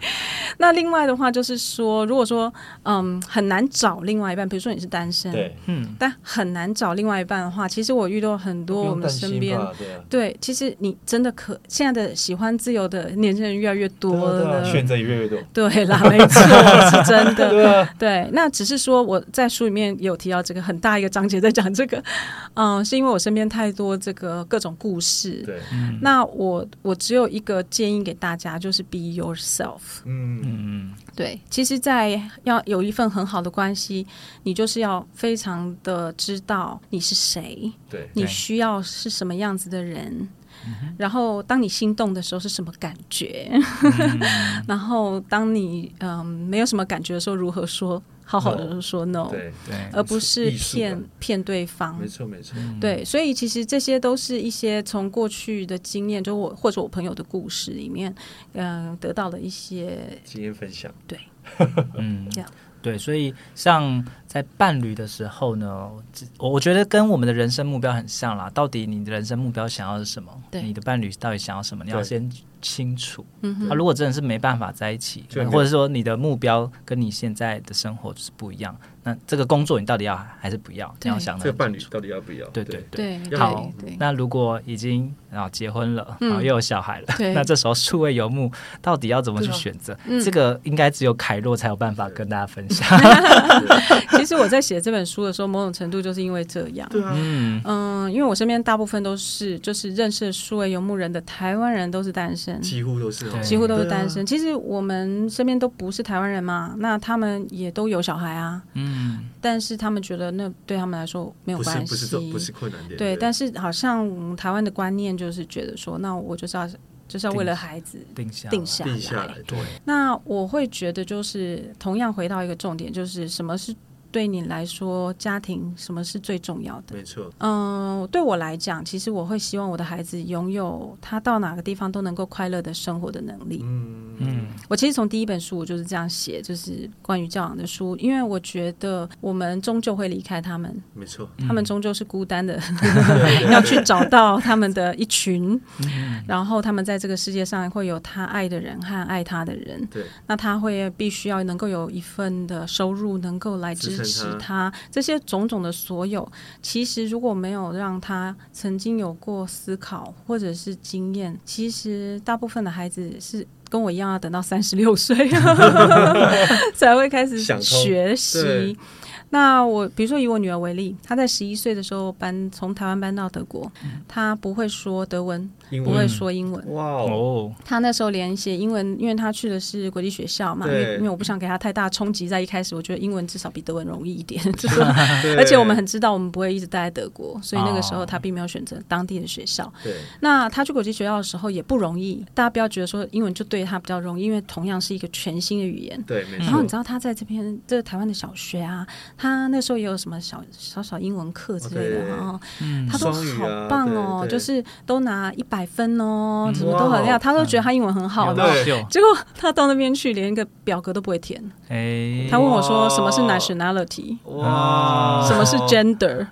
[SPEAKER 3] 那另外的话就是说，如果说嗯很难找另外一半，比如说你是单身，
[SPEAKER 4] 对，
[SPEAKER 1] 嗯
[SPEAKER 3] 但很难找另外一半的话，其实我遇到很多
[SPEAKER 4] 不用
[SPEAKER 3] 我们
[SPEAKER 4] 担心
[SPEAKER 3] 身边。
[SPEAKER 4] 吧对啊
[SPEAKER 3] 对，其实你真的可现在的喜欢自由的年轻人越来越多
[SPEAKER 4] 对啊对啊
[SPEAKER 3] 了，
[SPEAKER 4] 选择也越来越多，
[SPEAKER 3] 对啦，没错，是真的。
[SPEAKER 4] 对啊，
[SPEAKER 3] 对，那只是说我在书里面有提到这个很大一个章节在讲这个， 嗯、是因为我身边太多这个各种故事。
[SPEAKER 4] 对，
[SPEAKER 1] 嗯
[SPEAKER 3] 那我我只有一个建议给大家，就是 be yourself。
[SPEAKER 4] 嗯，
[SPEAKER 1] 嗯
[SPEAKER 3] 对，其实，在要有一份很好的关系，你就是要非常的知道你是谁，
[SPEAKER 4] 对，嗯
[SPEAKER 3] 你
[SPEAKER 1] 对
[SPEAKER 3] 需要是什么样子的人，然后当你心动的时候是什么感觉，
[SPEAKER 4] 嗯
[SPEAKER 3] 然后当你嗯没有什么感觉的时候，如何说好好的说 no，,
[SPEAKER 4] 对，
[SPEAKER 1] 对，
[SPEAKER 3] 而不是
[SPEAKER 4] 艺术啊
[SPEAKER 3] 骗骗对方
[SPEAKER 4] 没。错没嗯错，
[SPEAKER 3] 对，所以其实这些都是一些从过去的经验，就我或者我朋友的故事里面，嗯、得到的一些
[SPEAKER 4] 经验分享，
[SPEAKER 1] 嗯
[SPEAKER 3] 这样，
[SPEAKER 1] 对，所以像在伴侣的时候呢，这我我觉得跟我们的人生目标很像啦。到底你的人生目标想要是什么？
[SPEAKER 3] 对
[SPEAKER 1] 你的伴侣到底想要什么？你要
[SPEAKER 4] 对
[SPEAKER 1] 先清楚。
[SPEAKER 3] 嗯
[SPEAKER 1] 啊，
[SPEAKER 3] 哼，
[SPEAKER 1] 如果真的是没办法在一起呃
[SPEAKER 4] 就，没有
[SPEAKER 1] 或者说你的目标跟你现在的生活就是不一样，那这个工作你到底要还是不要？你
[SPEAKER 3] 对
[SPEAKER 1] 要想得
[SPEAKER 4] 这个
[SPEAKER 1] 很
[SPEAKER 4] 伴
[SPEAKER 1] 清
[SPEAKER 4] 侣
[SPEAKER 1] 楚。
[SPEAKER 4] 到底要不要？
[SPEAKER 1] 对对对。
[SPEAKER 3] 对
[SPEAKER 4] 要
[SPEAKER 1] 好
[SPEAKER 3] 对对
[SPEAKER 1] 那如果已经然后结婚了，
[SPEAKER 3] 嗯
[SPEAKER 1] 然后又有小孩了，
[SPEAKER 3] 对
[SPEAKER 1] 那这时候数位游牧到底要怎么去
[SPEAKER 4] 对啊
[SPEAKER 1] 选择？
[SPEAKER 3] 嗯
[SPEAKER 1] 这个应该只有凯洛才有办法跟大家 分享。
[SPEAKER 3] 其实我在写这本书的时候，某种程度就是因为这样。
[SPEAKER 4] 对啊，
[SPEAKER 1] 嗯，
[SPEAKER 3] 嗯，因为我身边大部分都是就是认识数位游牧人的台湾人都是单身，
[SPEAKER 4] 几乎都是哦，
[SPEAKER 1] 对
[SPEAKER 3] 几乎都是
[SPEAKER 4] 对啊
[SPEAKER 3] 单身。其实我们身边都不是台湾人嘛，那他们也都有小孩啊，
[SPEAKER 1] 嗯，
[SPEAKER 3] 但是他们觉得那对他们来说没有
[SPEAKER 4] 不是
[SPEAKER 3] 关系，
[SPEAKER 4] 不是这不是困难点，
[SPEAKER 3] 对，但
[SPEAKER 4] 是
[SPEAKER 3] 是好像我们台湾的观念就是觉得说，那我就是要就是要为了孩子
[SPEAKER 1] 定下
[SPEAKER 3] 定
[SPEAKER 1] 来
[SPEAKER 3] 下
[SPEAKER 4] 定下
[SPEAKER 3] 来。
[SPEAKER 4] 来，对，
[SPEAKER 3] 那我会觉得就是同样回到一个重点，就是什么是对你来说家庭什么是最重要的？
[SPEAKER 4] 没错，
[SPEAKER 3] 嗯，对我来讲，其实我会希望我的孩子拥有他到哪个地方都能够快乐的生活的能力。
[SPEAKER 4] 嗯
[SPEAKER 1] 嗯，
[SPEAKER 3] 我其实从第一本书我就是这样写，就是关于教养的书，因为我觉得我们终究会离开他们，
[SPEAKER 4] 没错，
[SPEAKER 1] 嗯
[SPEAKER 3] 他们终究是孤单的，
[SPEAKER 4] 对
[SPEAKER 3] 要去找到他们的一群，然后他们在这个世界上会有他爱的人和爱他的人，
[SPEAKER 4] 对，
[SPEAKER 3] 那他会必须要能够有一份的收入，能够来支
[SPEAKER 4] 支
[SPEAKER 3] 持
[SPEAKER 4] 撑
[SPEAKER 3] 他这些种种的所有，其实如果没有让他曾经有过思考或者是经验，其实大部分的孩子是。跟我一样，要等到 三十 六岁才会开始
[SPEAKER 4] 想通
[SPEAKER 3] 学习
[SPEAKER 4] 对。
[SPEAKER 3] 那我比如说以我女儿为例，她在十一岁的时候搬从台湾搬到德国，她不会说德文，
[SPEAKER 4] 嗯英
[SPEAKER 3] 不
[SPEAKER 4] 文
[SPEAKER 3] 会说英文，
[SPEAKER 4] 哇哦，
[SPEAKER 1] 哦，
[SPEAKER 3] 他那时候连写英文，因为他去的是国际学校嘛，因
[SPEAKER 4] 对
[SPEAKER 3] 为因为我不想给他太大冲击，在一开始我觉得英文至少比德文容易 一点，
[SPEAKER 4] 对
[SPEAKER 3] 而且我们很知道我们不会一直待在德国，所以那个时候
[SPEAKER 1] 哦
[SPEAKER 3] 他并没有选择当地的学校。
[SPEAKER 4] 对
[SPEAKER 3] 那他去国际学校的时候也不容易，大家不要觉得说英文就对他比较容易，因为同样是一个全新的语言。
[SPEAKER 4] 对没
[SPEAKER 3] 然后你知
[SPEAKER 4] 错，
[SPEAKER 3] 道他在这边，这台湾的小学啊，他那时候也有什么小小小英文课之类的，
[SPEAKER 4] 哦对
[SPEAKER 3] 然后
[SPEAKER 1] 嗯
[SPEAKER 3] 他都
[SPEAKER 4] 双语
[SPEAKER 3] 好
[SPEAKER 4] 啊
[SPEAKER 3] 棒哦，
[SPEAKER 4] 对对
[SPEAKER 3] 就是都拿一百分哦，
[SPEAKER 1] 嗯
[SPEAKER 3] 什么都很
[SPEAKER 4] 哇
[SPEAKER 3] 亮，
[SPEAKER 4] 哦
[SPEAKER 3] 他都觉得他英文很好
[SPEAKER 1] 有
[SPEAKER 3] 的。
[SPEAKER 1] 到
[SPEAKER 4] 对
[SPEAKER 1] 秀，
[SPEAKER 3] 结果他到那边去，连一个表格都不会填。
[SPEAKER 1] 哎，
[SPEAKER 3] 他问我说：“什么是
[SPEAKER 4] 哇
[SPEAKER 3] nationality？
[SPEAKER 4] 哇，
[SPEAKER 3] 什么是 gender？”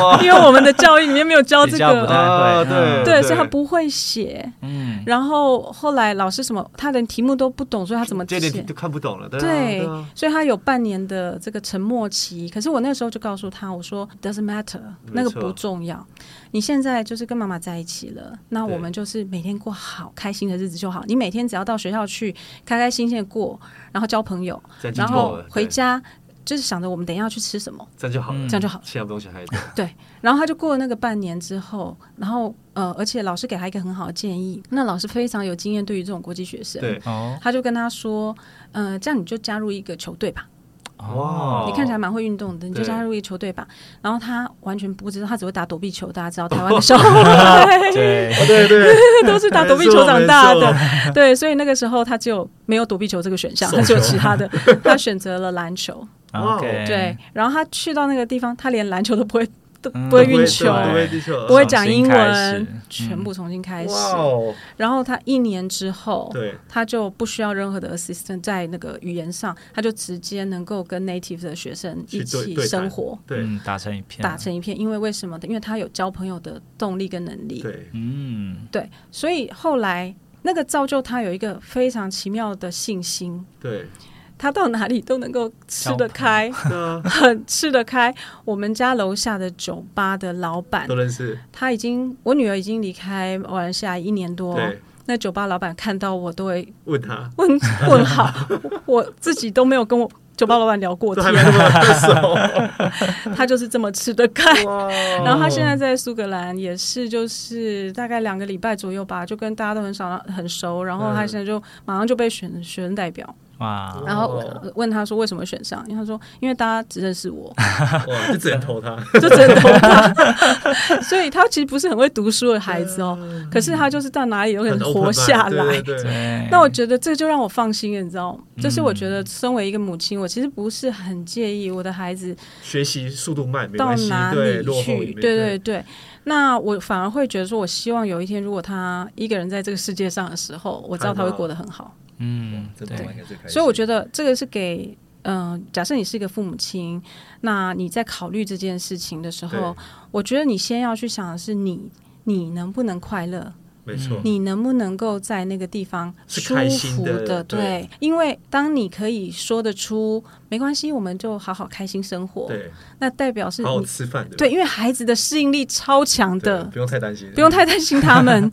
[SPEAKER 4] 哇
[SPEAKER 3] 因为我们的教育里面没有教这
[SPEAKER 1] 比较不
[SPEAKER 3] 个，
[SPEAKER 1] 太
[SPEAKER 4] 啊
[SPEAKER 1] 会，
[SPEAKER 4] 对
[SPEAKER 3] 对，所以他不会写。
[SPEAKER 1] 嗯，
[SPEAKER 3] 然后后来老师什么，他连题目都不懂，所以他怎么
[SPEAKER 4] 这点你
[SPEAKER 3] 写
[SPEAKER 4] 都？看不懂了，对啊
[SPEAKER 3] 对
[SPEAKER 4] 对啊，
[SPEAKER 3] 所以他有半年的这个沉默期。可是我那时候就告诉他，我说 doesn't
[SPEAKER 4] 没
[SPEAKER 3] matter，
[SPEAKER 4] 错
[SPEAKER 3] 那个不重要。你现在就是跟妈妈在一起了，那
[SPEAKER 4] 对
[SPEAKER 3] 我们就是每天过好开心的日子就好。你每天只要到学校去，开开心心的过，然后交朋友，
[SPEAKER 4] 这样就
[SPEAKER 3] 然
[SPEAKER 4] 够
[SPEAKER 3] 后
[SPEAKER 4] 了
[SPEAKER 3] 回
[SPEAKER 4] 对
[SPEAKER 3] 家就是想着我们等一下要去吃什么，
[SPEAKER 4] 这样就好了，
[SPEAKER 1] 嗯
[SPEAKER 3] 这样就好了。
[SPEAKER 4] 其他不用想太多，
[SPEAKER 3] 然后他就过了那个半年之后，然后呃，而且老师给他一个很好的建议，那老师非常有经验，对于这种国际学生，
[SPEAKER 4] 对，
[SPEAKER 1] 哦，
[SPEAKER 3] 他就跟他说，呃，这样你就加入一个球队吧。
[SPEAKER 4] 哦哇，
[SPEAKER 3] 你看起来蛮会运动的，你就
[SPEAKER 4] 对
[SPEAKER 3] 加入一个球队吧。然后他完全不知道，他只会打躲避球。大家知道台湾的小 孩
[SPEAKER 1] 对，
[SPEAKER 4] 对对，
[SPEAKER 3] 都是打躲避球长 大的
[SPEAKER 4] 没，
[SPEAKER 3] 对，所以那个时候他只有没有躲避球这个选项，他只有其 他的，他选择了篮球。
[SPEAKER 4] 哇哦
[SPEAKER 1] OK，
[SPEAKER 3] 对，
[SPEAKER 4] 嗯
[SPEAKER 3] 然后他去到那个地方，他连篮球都不会，都
[SPEAKER 1] 嗯
[SPEAKER 3] 不会运
[SPEAKER 4] 不
[SPEAKER 3] 球，
[SPEAKER 4] 会不会地球
[SPEAKER 3] 不会讲英
[SPEAKER 1] 重新开始
[SPEAKER 3] 文
[SPEAKER 1] 嗯，
[SPEAKER 3] 全部重新开始。
[SPEAKER 4] 哇哦，
[SPEAKER 3] 然后他一年之后，
[SPEAKER 4] 对，
[SPEAKER 3] 他就不需要任何的 assistant 在那个语言上，他就直接能够跟 native 的学生
[SPEAKER 4] 去
[SPEAKER 3] 一
[SPEAKER 4] 对
[SPEAKER 3] 起
[SPEAKER 4] 对谈
[SPEAKER 3] 生活。
[SPEAKER 4] 对
[SPEAKER 1] 嗯，打成一片，
[SPEAKER 3] 打，成一片，因为为什么？因为他有交朋友的动力跟能力，
[SPEAKER 4] 对，
[SPEAKER 1] 嗯，
[SPEAKER 3] 对所以后来那个造就他有一个非常奇妙的信心，
[SPEAKER 4] 对，
[SPEAKER 3] 他到哪里都能够吃得开，
[SPEAKER 4] 对啊，
[SPEAKER 3] 很 吃得开。我们家楼下的酒吧的老 板
[SPEAKER 4] 都，啊认识，
[SPEAKER 3] 他已经，我女儿已经离开马来西亚一年多，
[SPEAKER 4] 对，
[SPEAKER 3] 那酒吧老板看到我都会
[SPEAKER 4] 问他，
[SPEAKER 3] 问问好，我我自己都没有跟我酒吧老板聊过
[SPEAKER 4] 都
[SPEAKER 3] 天
[SPEAKER 4] 还，没那么熟， 哦
[SPEAKER 3] 他就是这么吃得开。
[SPEAKER 4] 哇，
[SPEAKER 3] 然后他现在在苏格兰也是，就是大概两个礼拜左右吧，就跟大家都很少很熟。然后他现在就马上就被选学生代表，嗯
[SPEAKER 1] 哇，
[SPEAKER 3] 然后我问他说为什么选上，因为他说因为大家只认识我，
[SPEAKER 4] 哇，就只能投他，
[SPEAKER 3] 就只能投他。所以他其实不是很会读书的孩子哦，可是他就是到哪里都可以
[SPEAKER 4] 很 open
[SPEAKER 3] 活
[SPEAKER 4] mind，
[SPEAKER 3] 下来。
[SPEAKER 4] 对对对，
[SPEAKER 1] 对，
[SPEAKER 3] 那我觉得这就让我放心了，你知道吗？就是我觉得身为一个母亲，我其实不是很介意我的孩子
[SPEAKER 4] 学习速度慢没
[SPEAKER 3] 到
[SPEAKER 4] 关系
[SPEAKER 3] 哪，
[SPEAKER 4] 对，
[SPEAKER 3] 里
[SPEAKER 4] 落后
[SPEAKER 3] 去
[SPEAKER 4] 也？没
[SPEAKER 3] 对对对。那我反而会觉得说，我希望有一天，如果他一个人在这个世界上的时候，我知道他会过得很好。
[SPEAKER 1] 嗯，
[SPEAKER 4] 真的
[SPEAKER 1] 对
[SPEAKER 4] 蛮应该最开心，
[SPEAKER 3] 所以我觉得这个是给，嗯、假设你是一个父母亲，那你在考虑这件事情的时候
[SPEAKER 4] 对，
[SPEAKER 3] 我觉得你先要去想的是你，你能不能快乐？
[SPEAKER 4] 没错，
[SPEAKER 3] 你能不能够在那个地方
[SPEAKER 4] 是
[SPEAKER 3] 舒
[SPEAKER 4] 开
[SPEAKER 3] 服
[SPEAKER 4] 心的
[SPEAKER 3] 地对，
[SPEAKER 4] 对
[SPEAKER 3] 因为当你可以说得出“没关系，我们就好好开心生活
[SPEAKER 4] 对，”，
[SPEAKER 3] 那代表是
[SPEAKER 4] 好好
[SPEAKER 3] 你
[SPEAKER 4] 吃饭的，
[SPEAKER 3] 对，因为孩子的适应力超强
[SPEAKER 4] 对
[SPEAKER 3] 的
[SPEAKER 4] 不，用太担心，
[SPEAKER 3] 不用太担心 他们。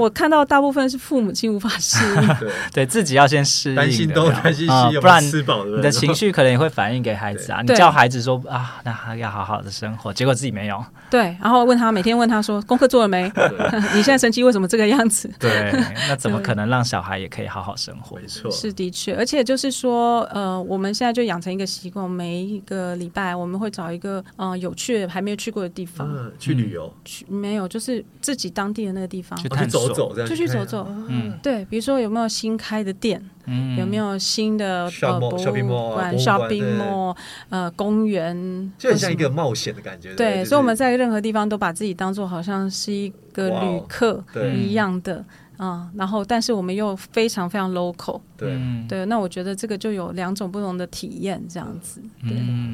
[SPEAKER 3] 我看到大部分是父母亲无法适应，
[SPEAKER 4] 对
[SPEAKER 1] 对自己要先适应的，
[SPEAKER 4] 担心东
[SPEAKER 1] 这样
[SPEAKER 4] 担心
[SPEAKER 1] 啊
[SPEAKER 4] 西，有
[SPEAKER 1] 不
[SPEAKER 4] 没有
[SPEAKER 1] 然
[SPEAKER 4] 吃饱的
[SPEAKER 1] 你的情绪可能也会反映给孩子啊。你
[SPEAKER 3] 对
[SPEAKER 1] 叫孩子说啊，那他要好好的生活，结果自己没有。
[SPEAKER 3] 对。然后问他每天问 他说功课做了没？ 你现在成绩为什么这个样子？
[SPEAKER 4] 哦
[SPEAKER 1] 对， 那怎么可能让小孩也可以好好生活
[SPEAKER 4] 没？错，
[SPEAKER 3] 是的确，而且就是说，呃，我们现在就养成一个习惯，每一个礼拜我们会找一个呃有趣还没有去过的地方，
[SPEAKER 4] 嗯，去旅游，
[SPEAKER 3] 去没有就是自己当地的那个地方
[SPEAKER 1] 去
[SPEAKER 4] 哦去
[SPEAKER 1] 探索
[SPEAKER 4] 走走这样，
[SPEAKER 3] 就去走走。
[SPEAKER 1] 嗯
[SPEAKER 3] 对，比如说有没有新开的店，
[SPEAKER 1] 嗯
[SPEAKER 3] 有没有新的
[SPEAKER 4] Shop
[SPEAKER 3] 呃
[SPEAKER 4] mall-
[SPEAKER 3] 博
[SPEAKER 4] shopping
[SPEAKER 3] 物
[SPEAKER 4] mall 啊博
[SPEAKER 3] 馆、
[SPEAKER 4] 物馆对
[SPEAKER 3] shopping mall、呃公园，
[SPEAKER 4] 就很像一个冒险的感觉。
[SPEAKER 3] 对，
[SPEAKER 4] 就是
[SPEAKER 3] 所以我们在任何地方都把自己当做好像是一个
[SPEAKER 4] 哇
[SPEAKER 3] 旅
[SPEAKER 4] 哦
[SPEAKER 3] 客
[SPEAKER 4] 对
[SPEAKER 3] 一样的啊、然后但是我们又非常非常 local，
[SPEAKER 4] 对
[SPEAKER 1] 嗯
[SPEAKER 3] 对，那我觉得这个就有两种不同的体验，这样子。对，
[SPEAKER 1] 嗯，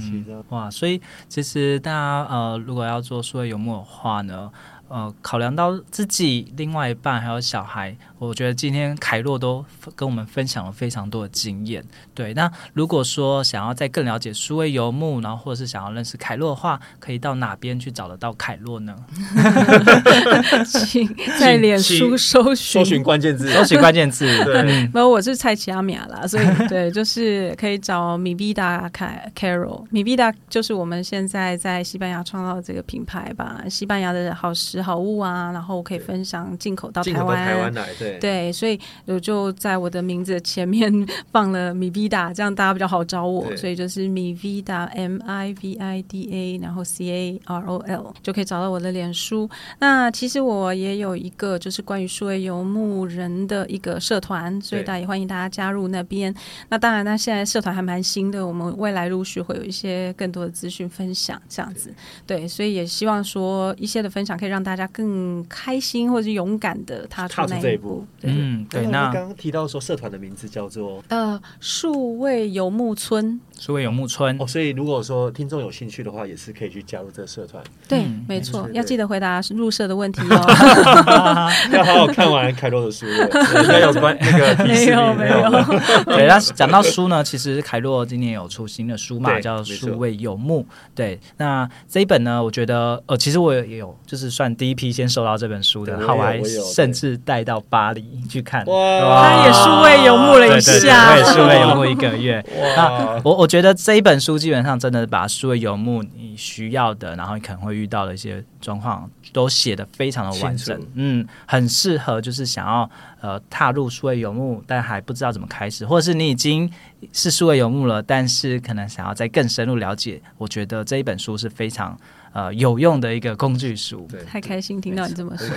[SPEAKER 1] 哇，所以其实大家呃，如果要做数位游牧的话呢，呃，考量到自己、另外一半还有小孩，我觉得今天凯洛都跟我们分享了非常多的经验。对，那如果说想要再更了解数位游牧，然后或者是想要认识凯洛的话，可以到哪边去找得到凯洛呢？
[SPEAKER 3] 请在脸书搜
[SPEAKER 4] 搜寻
[SPEAKER 3] 寻。
[SPEAKER 4] 关键字，
[SPEAKER 1] 搜取关键字，
[SPEAKER 4] 对
[SPEAKER 3] 没有，我是蔡奇阿米亚啦， 所以对，就是可以找米必达凯 Carol，米必达就是我们现在在西班牙创造的这个品牌吧，西班牙的好食好物啊，然后可以分享进口到
[SPEAKER 4] 进
[SPEAKER 3] 台
[SPEAKER 4] 口到
[SPEAKER 3] 湾，
[SPEAKER 4] 台湾来，对
[SPEAKER 3] 对，所以我就在我的名字前面放了米必达，这样大家比较好找我
[SPEAKER 4] 对，
[SPEAKER 3] 所以就是米必达 M I V I D A，然后 C A R O L 就可以找到我的脸书。那其实我也有一个就是关于数位游牧人的一个社团，所以
[SPEAKER 4] 对
[SPEAKER 3] 大家也欢迎大家加入那边。那当然，那现在社团还蛮新的，我们未来陆续会有一些更多的资讯分享，这样子。对，所以也希望说一些的分享可以让大家更开心或者是勇敢的踏出
[SPEAKER 4] 踏出
[SPEAKER 3] 那
[SPEAKER 4] 这一
[SPEAKER 3] 一
[SPEAKER 4] 步
[SPEAKER 3] 步。对
[SPEAKER 1] 嗯，对，
[SPEAKER 4] 那
[SPEAKER 1] 那
[SPEAKER 4] 刚刚提到说社团的名字叫做
[SPEAKER 3] 呃，数位游牧村，
[SPEAKER 1] 数位游牧村
[SPEAKER 4] 哦，所以如果说听众有兴趣的话，也是可以去加入这个社 团，
[SPEAKER 3] 对，
[SPEAKER 1] 嗯
[SPEAKER 3] 没错
[SPEAKER 4] 没，错
[SPEAKER 3] 要记得回答入社的问题哦。
[SPEAKER 4] 要好好看完凯洛的书，对应该有 关那个提
[SPEAKER 3] 没
[SPEAKER 4] 示
[SPEAKER 3] 有
[SPEAKER 4] 力
[SPEAKER 3] 没有，
[SPEAKER 1] 对，那讲到书呢，其实凯洛今年有出新的书嘛，
[SPEAKER 4] 对
[SPEAKER 1] 叫《
[SPEAKER 4] 没错
[SPEAKER 1] 数位游牧》。对，那这一本呢，我觉得呃，其实我也有，就是算第一批先收到这本书的，
[SPEAKER 4] 对
[SPEAKER 1] 然后我
[SPEAKER 4] 我也
[SPEAKER 1] 还
[SPEAKER 4] 我也有
[SPEAKER 1] 甚至带到巴黎去看。
[SPEAKER 4] 哇
[SPEAKER 3] 他也数位游牧了
[SPEAKER 1] 对
[SPEAKER 3] 一
[SPEAKER 1] 对对，
[SPEAKER 3] 下
[SPEAKER 1] 我也，数位游牧一个月。那
[SPEAKER 4] 哇，
[SPEAKER 1] 我我觉得这一本书基本上真的把数位游牧你需要的，然后你可能会遇到的一些状况，都写的非常的完整
[SPEAKER 4] 清楚，
[SPEAKER 1] 嗯，很适合就是想要呃踏入数位游牧，但还不知道怎么开始，或者是你已经是数位游牧了，但是可能想要再更深入了解，我觉得这一本书是非常呃有用的一个工具书。
[SPEAKER 4] 对
[SPEAKER 3] 太开心听到你这么说。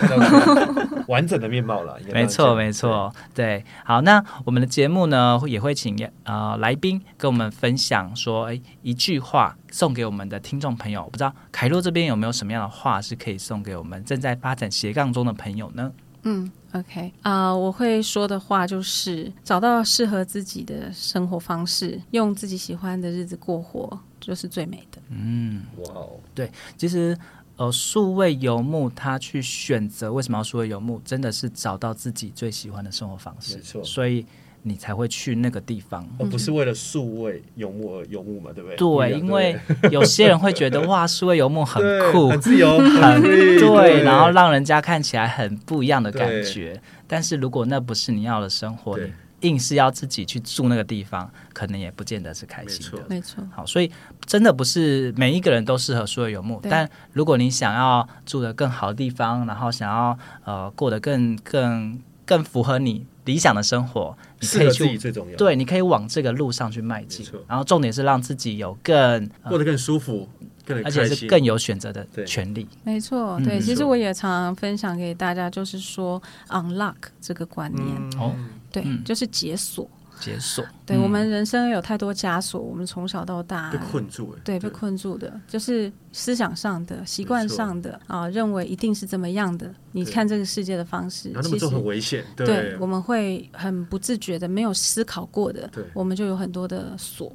[SPEAKER 4] 完整的面貌了，应该这样
[SPEAKER 1] 没错，
[SPEAKER 4] 讲
[SPEAKER 1] 没错，对。好，那我们的节目呢，会也会请呃来宾跟我们分享说，哎，一句话送给我们的听众朋友。不知道凯洛这边有没有什么样的话是可以送给我们正在发展斜杠中的朋友呢？
[SPEAKER 3] 嗯，OK 啊、我会说的话就是找到适合自己的生活方式，用自己喜欢的日子过活，就是最美的。
[SPEAKER 4] 对哇哦，
[SPEAKER 1] 其实。呃，数位游牧，他去选择为什么要数位游牧，真的是找到自己最喜欢的生活方式，
[SPEAKER 4] 没错
[SPEAKER 1] 所以你才会去那个地方。
[SPEAKER 4] 哦，不是为了数位游牧而游牧嘛，对不对？
[SPEAKER 1] 对，
[SPEAKER 4] 不一样
[SPEAKER 1] 因
[SPEAKER 4] 不
[SPEAKER 1] 为有些人会觉得哇，数位游牧很
[SPEAKER 4] 对
[SPEAKER 1] 酷，
[SPEAKER 4] 很自由，很 free，
[SPEAKER 1] 对，然后让人家看起来很不一样的感
[SPEAKER 4] 对
[SPEAKER 1] 觉。但是如果那不是你要的生活，
[SPEAKER 4] 对
[SPEAKER 1] 你硬是要自己去住那个地方，可能也不见得是开心
[SPEAKER 4] 没
[SPEAKER 1] 的
[SPEAKER 4] 错。
[SPEAKER 3] 没错，
[SPEAKER 1] 好，所以真的不是每一个人都适合数位游牧，
[SPEAKER 3] 对
[SPEAKER 1] 但如果你想要住得更好的地方，然后想要呃过得更更更符合你理想的生活，你可
[SPEAKER 4] 适
[SPEAKER 1] 以
[SPEAKER 4] 合自己
[SPEAKER 1] 去
[SPEAKER 4] 最重要，，
[SPEAKER 1] 对，你可以往这个路上去迈进
[SPEAKER 4] 没错。
[SPEAKER 1] 然后重点是让自己有更、呃
[SPEAKER 4] 过得更舒服，更
[SPEAKER 1] 而
[SPEAKER 4] 开
[SPEAKER 1] 且是
[SPEAKER 4] 心，
[SPEAKER 1] 更有选择的
[SPEAKER 4] 对
[SPEAKER 1] 权利。
[SPEAKER 3] 没错，
[SPEAKER 1] 嗯
[SPEAKER 3] 对，
[SPEAKER 1] 没
[SPEAKER 3] 其实
[SPEAKER 4] 错
[SPEAKER 3] 我也常常分享给大家，就是说 unlock 这个观念，
[SPEAKER 1] 哦，
[SPEAKER 3] 对，
[SPEAKER 1] 嗯
[SPEAKER 3] 就是解锁。
[SPEAKER 1] 解锁。
[SPEAKER 3] 对、
[SPEAKER 1] 嗯
[SPEAKER 3] 我们人生有太多枷锁，我们从小到大
[SPEAKER 4] 被困住，哎
[SPEAKER 3] 对，被困住的，就是思想上的、习惯
[SPEAKER 4] 没错
[SPEAKER 3] 上的啊，认为一定是怎么样的，你
[SPEAKER 4] 对
[SPEAKER 3] 看这个世界的方式
[SPEAKER 4] 然后，那
[SPEAKER 3] 其
[SPEAKER 4] 么做很
[SPEAKER 3] 实
[SPEAKER 4] 危险，
[SPEAKER 3] 对我们会很不自觉的、没有思考过的
[SPEAKER 4] 对，
[SPEAKER 3] 我们就有很多的锁。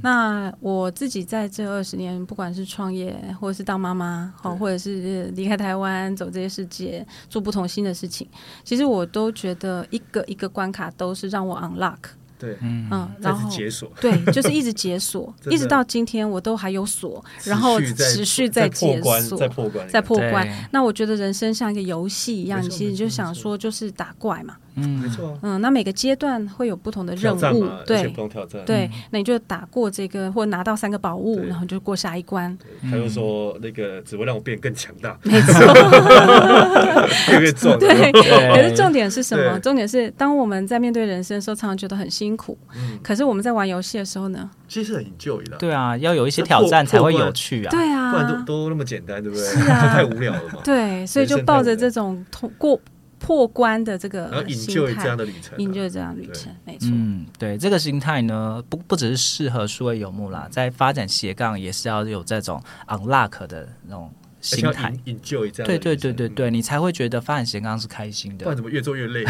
[SPEAKER 3] 那我自己在这二十年，不管是创业，或者是当妈妈，好，或者是离开台湾走这些世界，做不同新的事情，其实我都觉得一个一个关卡都是让我 unlock，
[SPEAKER 4] 对，
[SPEAKER 3] 嗯，
[SPEAKER 4] 再
[SPEAKER 3] 然
[SPEAKER 4] 次
[SPEAKER 3] 后
[SPEAKER 4] 解锁，
[SPEAKER 3] 对，就是一直解锁
[SPEAKER 4] ，真的
[SPEAKER 3] 一直到今天我都还有锁，然后
[SPEAKER 4] 在
[SPEAKER 3] 持续
[SPEAKER 4] 在破
[SPEAKER 3] 解
[SPEAKER 4] 关，
[SPEAKER 3] 锁，
[SPEAKER 4] 在破关，
[SPEAKER 3] 在破
[SPEAKER 1] 对
[SPEAKER 3] 关。那我觉得人生像一个游戏一样，
[SPEAKER 4] 没错
[SPEAKER 3] 你其实
[SPEAKER 4] 没错
[SPEAKER 3] 就
[SPEAKER 4] 没
[SPEAKER 3] 想
[SPEAKER 4] 错
[SPEAKER 3] 说就是打怪嘛，
[SPEAKER 4] 没
[SPEAKER 1] 嗯，
[SPEAKER 4] 错啊，
[SPEAKER 3] 嗯，那每个阶段会有不同的任
[SPEAKER 4] 挑战
[SPEAKER 3] 务
[SPEAKER 4] 嘛，，而且
[SPEAKER 3] 对
[SPEAKER 4] 不。用挑战，
[SPEAKER 3] 对，
[SPEAKER 1] 嗯
[SPEAKER 3] 那你就打过这个，或拿到三个宝物，
[SPEAKER 4] 对
[SPEAKER 3] 然后就过下 一关。
[SPEAKER 4] 他
[SPEAKER 1] 嗯
[SPEAKER 4] 又说那个只会让我变更强 大，
[SPEAKER 3] 没 错，
[SPEAKER 4] 越来越重，
[SPEAKER 3] 对。可
[SPEAKER 1] 对
[SPEAKER 3] 是重点是什么
[SPEAKER 4] 对？
[SPEAKER 3] 重点是，当我们在面对人生的时候，常常觉得很辛苦。
[SPEAKER 4] 嗯
[SPEAKER 3] 可是我们在玩游戏的时候呢？
[SPEAKER 4] 其实很 enjoy 的，
[SPEAKER 1] 对啊，要有一些挑战才会有趣啊。
[SPEAKER 3] 对
[SPEAKER 4] 不然都
[SPEAKER 3] 啊，
[SPEAKER 4] 都那么简单，对不对？
[SPEAKER 3] 是啊
[SPEAKER 4] 这 太无聊了嘛。
[SPEAKER 3] 对，所以就
[SPEAKER 4] 人生太
[SPEAKER 3] 抱
[SPEAKER 4] 无
[SPEAKER 3] 着
[SPEAKER 4] 聊
[SPEAKER 3] 这种通过破关的这
[SPEAKER 4] 然后
[SPEAKER 3] 个心
[SPEAKER 4] enjoy 这
[SPEAKER 3] 态
[SPEAKER 4] 样，的旅程啊，
[SPEAKER 3] 引就这样旅程，没错。
[SPEAKER 1] 嗯，对，这个心态呢，不不只是适合数位游牧啦，在发展斜杠也是要有这种 unlock 的那种
[SPEAKER 4] 而且
[SPEAKER 1] 心
[SPEAKER 4] 要
[SPEAKER 1] 态。
[SPEAKER 4] en- enjoy 这样的旅程，
[SPEAKER 1] 对对对对
[SPEAKER 4] 嗯，
[SPEAKER 1] 对，你才会觉得发展斜杠是开心
[SPEAKER 4] 不然
[SPEAKER 1] 的。
[SPEAKER 4] 怎么越做越 累？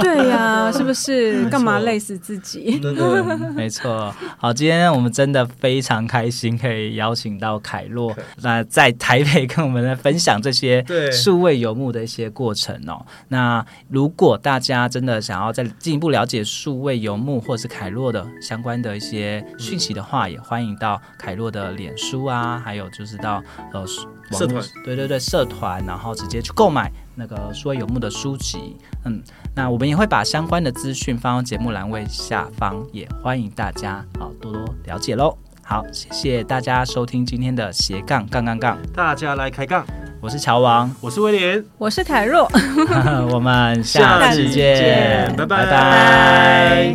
[SPEAKER 3] 对呀、是不是？干嘛
[SPEAKER 4] 错
[SPEAKER 3] 累死自己？
[SPEAKER 4] 真的，
[SPEAKER 1] 没错，好，今天我们真的非常开心，可以邀请到凯洛
[SPEAKER 4] 对，
[SPEAKER 1] 那在台北跟我们来分享这些
[SPEAKER 4] 对
[SPEAKER 1] 数位游牧的一些过程哦。那如果大家真的想要再进一步了解数位游牧或是凯洛的相关的一些讯息的话，也欢迎到凯洛的脸书啊，还有就是到呃
[SPEAKER 4] 社
[SPEAKER 1] 网
[SPEAKER 4] 团，
[SPEAKER 1] 络对对对，社团，然后直接去购买那个数位游牧的书籍。嗯，那我们也会把相关的资讯放到节目栏位下方，也欢迎大家好多多了解喽。好，谢谢大家收听今天的斜杠杠杠杠，
[SPEAKER 4] 大家来开杠，
[SPEAKER 1] 我是乔王，
[SPEAKER 4] 我是威廉，
[SPEAKER 3] 我是凯若，
[SPEAKER 1] 我们下次
[SPEAKER 3] 下次
[SPEAKER 1] 见
[SPEAKER 3] 见，
[SPEAKER 4] 拜
[SPEAKER 1] 拜
[SPEAKER 4] 拜
[SPEAKER 1] 拜